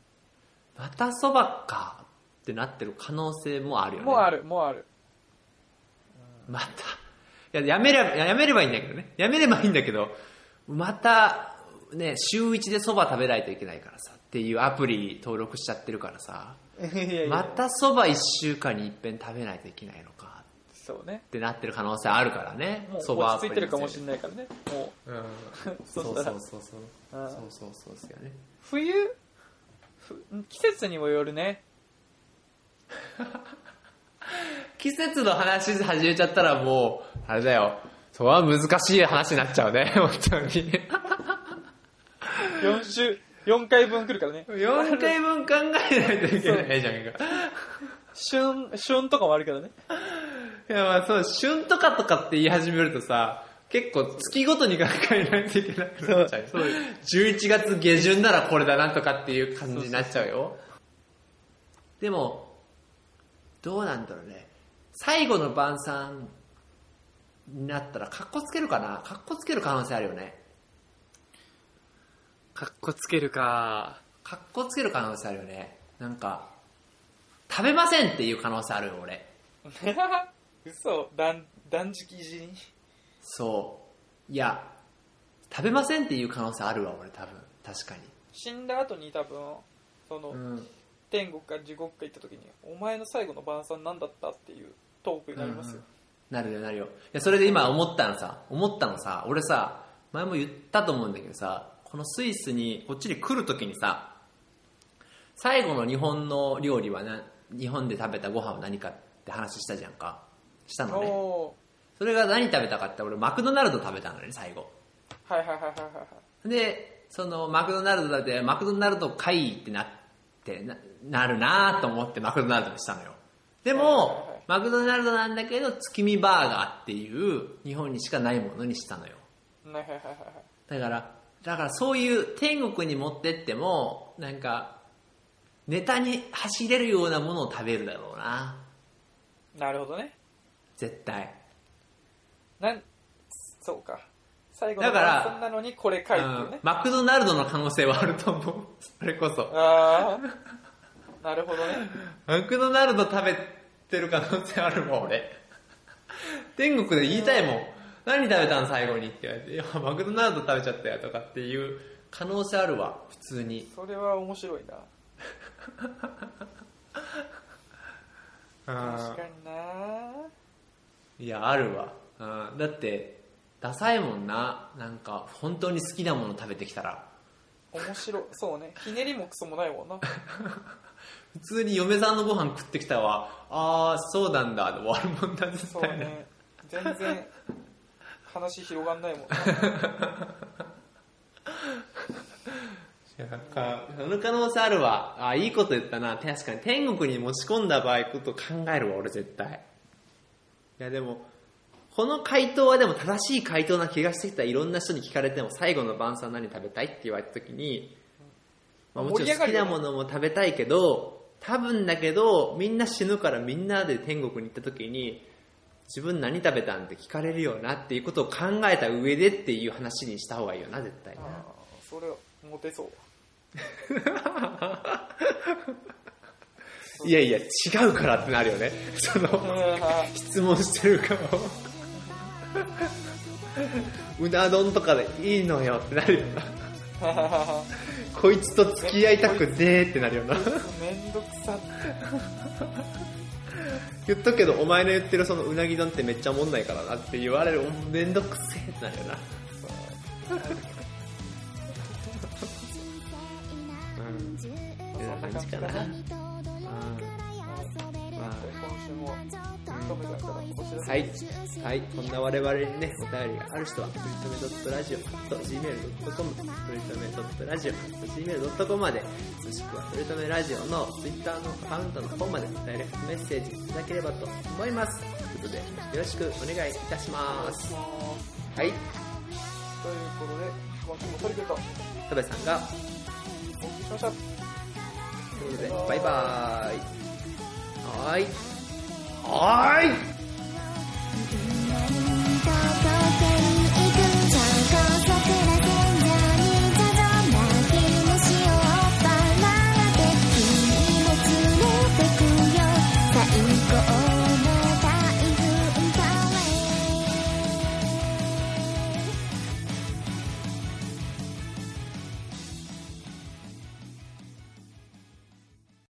またそばかってなってる可能性もあるよねもうあるもう あるまた。いや、やめれば、いややめればいいんだけどね。やめればいいんだけど、また、ね、週一で蕎麦食べないといけないからさ、っていうアプリ登録しちゃってるからさ、いやいやいまやた蕎麦一週間に一遍食べないといけないのか、そうねってなってる可能性あるからね。もう蕎麦ア落ち着プリいてるかもしれない。ないからねもうん。うそそうしそうたそらうそう。うそうんそうそうですよね。冬ふ季節にもよるね季節の話始めちゃったらもう、あれだよ。それは難しい話になっちゃうね、本当に。 4週4回分来るからね4回分考えないといけないじゃんか。旬旬とかもあるけどね いやまあそう、旬とかとかって言い始めるとさ、結構月ごとに学会えないといけなくなっちゃうよ。11月下旬ならこれだなんとかっていう感じになっちゃうよ。でも、どうなんだろうね。最後の晩餐になったら、格好つけるかな格好つける可能性あるよね。かっこつけるか格好つける可能性あるよね。なんか、食べませんっていう可能性あるよ、俺。嘘断断食いじりそう。いや、食べませんっていう可能性あるわ、俺多分。確かに。死んだ後に多分その、うん。天国か地獄か行った時に「お前の最後の晩餐何だった?」っていうトークになりますよ、なるよなるよいやそれで今思ったのさ思ったのさ俺さ前も言ったと思うんだけどさこのスイスにこっちに来るときにさ最後の日本の料理はな日本で食べたご飯は何かって話したじゃんかしたのねおそれが何食べたかって俺マクドナルド食べたのね最後ーはいはいはいはいはいはいでそのマクドナルドだってマクドナルド会ってなってななるなと思ってマクドナルドにしたのよではいはいはもいマクドナルドなんだけど月見バーガーっていう日本にしかないものにしたのよはいはいはいはいはいだからだからそういう天国に持ってってもなんかネタに走れるようなものを食べるだろうななるほどね絶対なんそうか最後だのから晩餐なのにこれ書いてるうんねマクドナルドの可能性はあると思うそれこそああなるほどねマクドナルド食べてる可能性あるもん、俺。天国で言いたいもん。何食べたの最後にって言われて、いや、マクドナルド食べちゃったよとかっていう可能性あるわ、普通に。それは面白いな確かにないや、あるわ。うんだって、ダサいもんな。なんか、本当に好きなもの食べてきたら。面白いそうねひねりもクソもないもんな普通に嫁さんのご飯食ってきたわ。あー、そうなんだ。で終わるもんだ、絶そう対な。ね全然話広がんないもんないやなんかその可能性あるわあいいこと言ったな確かに天国に持ち込んだ場合こと考えるわ俺絶対いやでもこの回答はでも正しい回答な気がしてきたいろんな人に聞かれても最後の晩餐何食べたいって言われた時に、まあ、もちろん好きなものも食べたいけど多分だけどみんな死ぬからみんなで天国に行った時に自分何食べたんって聞かれるよなっていうことを考えた上でっていう話にした方がいいよな絶対あなーそれモテそういやいや、違うからってなるよね。 その、 う質問してるから。 うな丼とかでいいのよってなるよな。 んこいつと付き合いたくねえってなるよ な。めんどくさ言っとくけど、お前の言ってるそのうなぎ丼ってめっちゃおもんないからなって言われる、めんどくせえってなるよな。ってな感じかな。うんまあ今週もトムさんからお知らせはい、はい、こんな我々にね、お便りがある人は、とりとめ .radio.gmail.com、とりとめ .radio.gmail.com まで、もしくは、とりとめラジオの Twitter のアカウントの方まで、ダイレクトメッセージいただければと思います。ということで、よろしくお願いいたします。はとい、いうことで今週もトリケと田辺さんが、お送りしましたということで、バイバーイ。はーい。はーい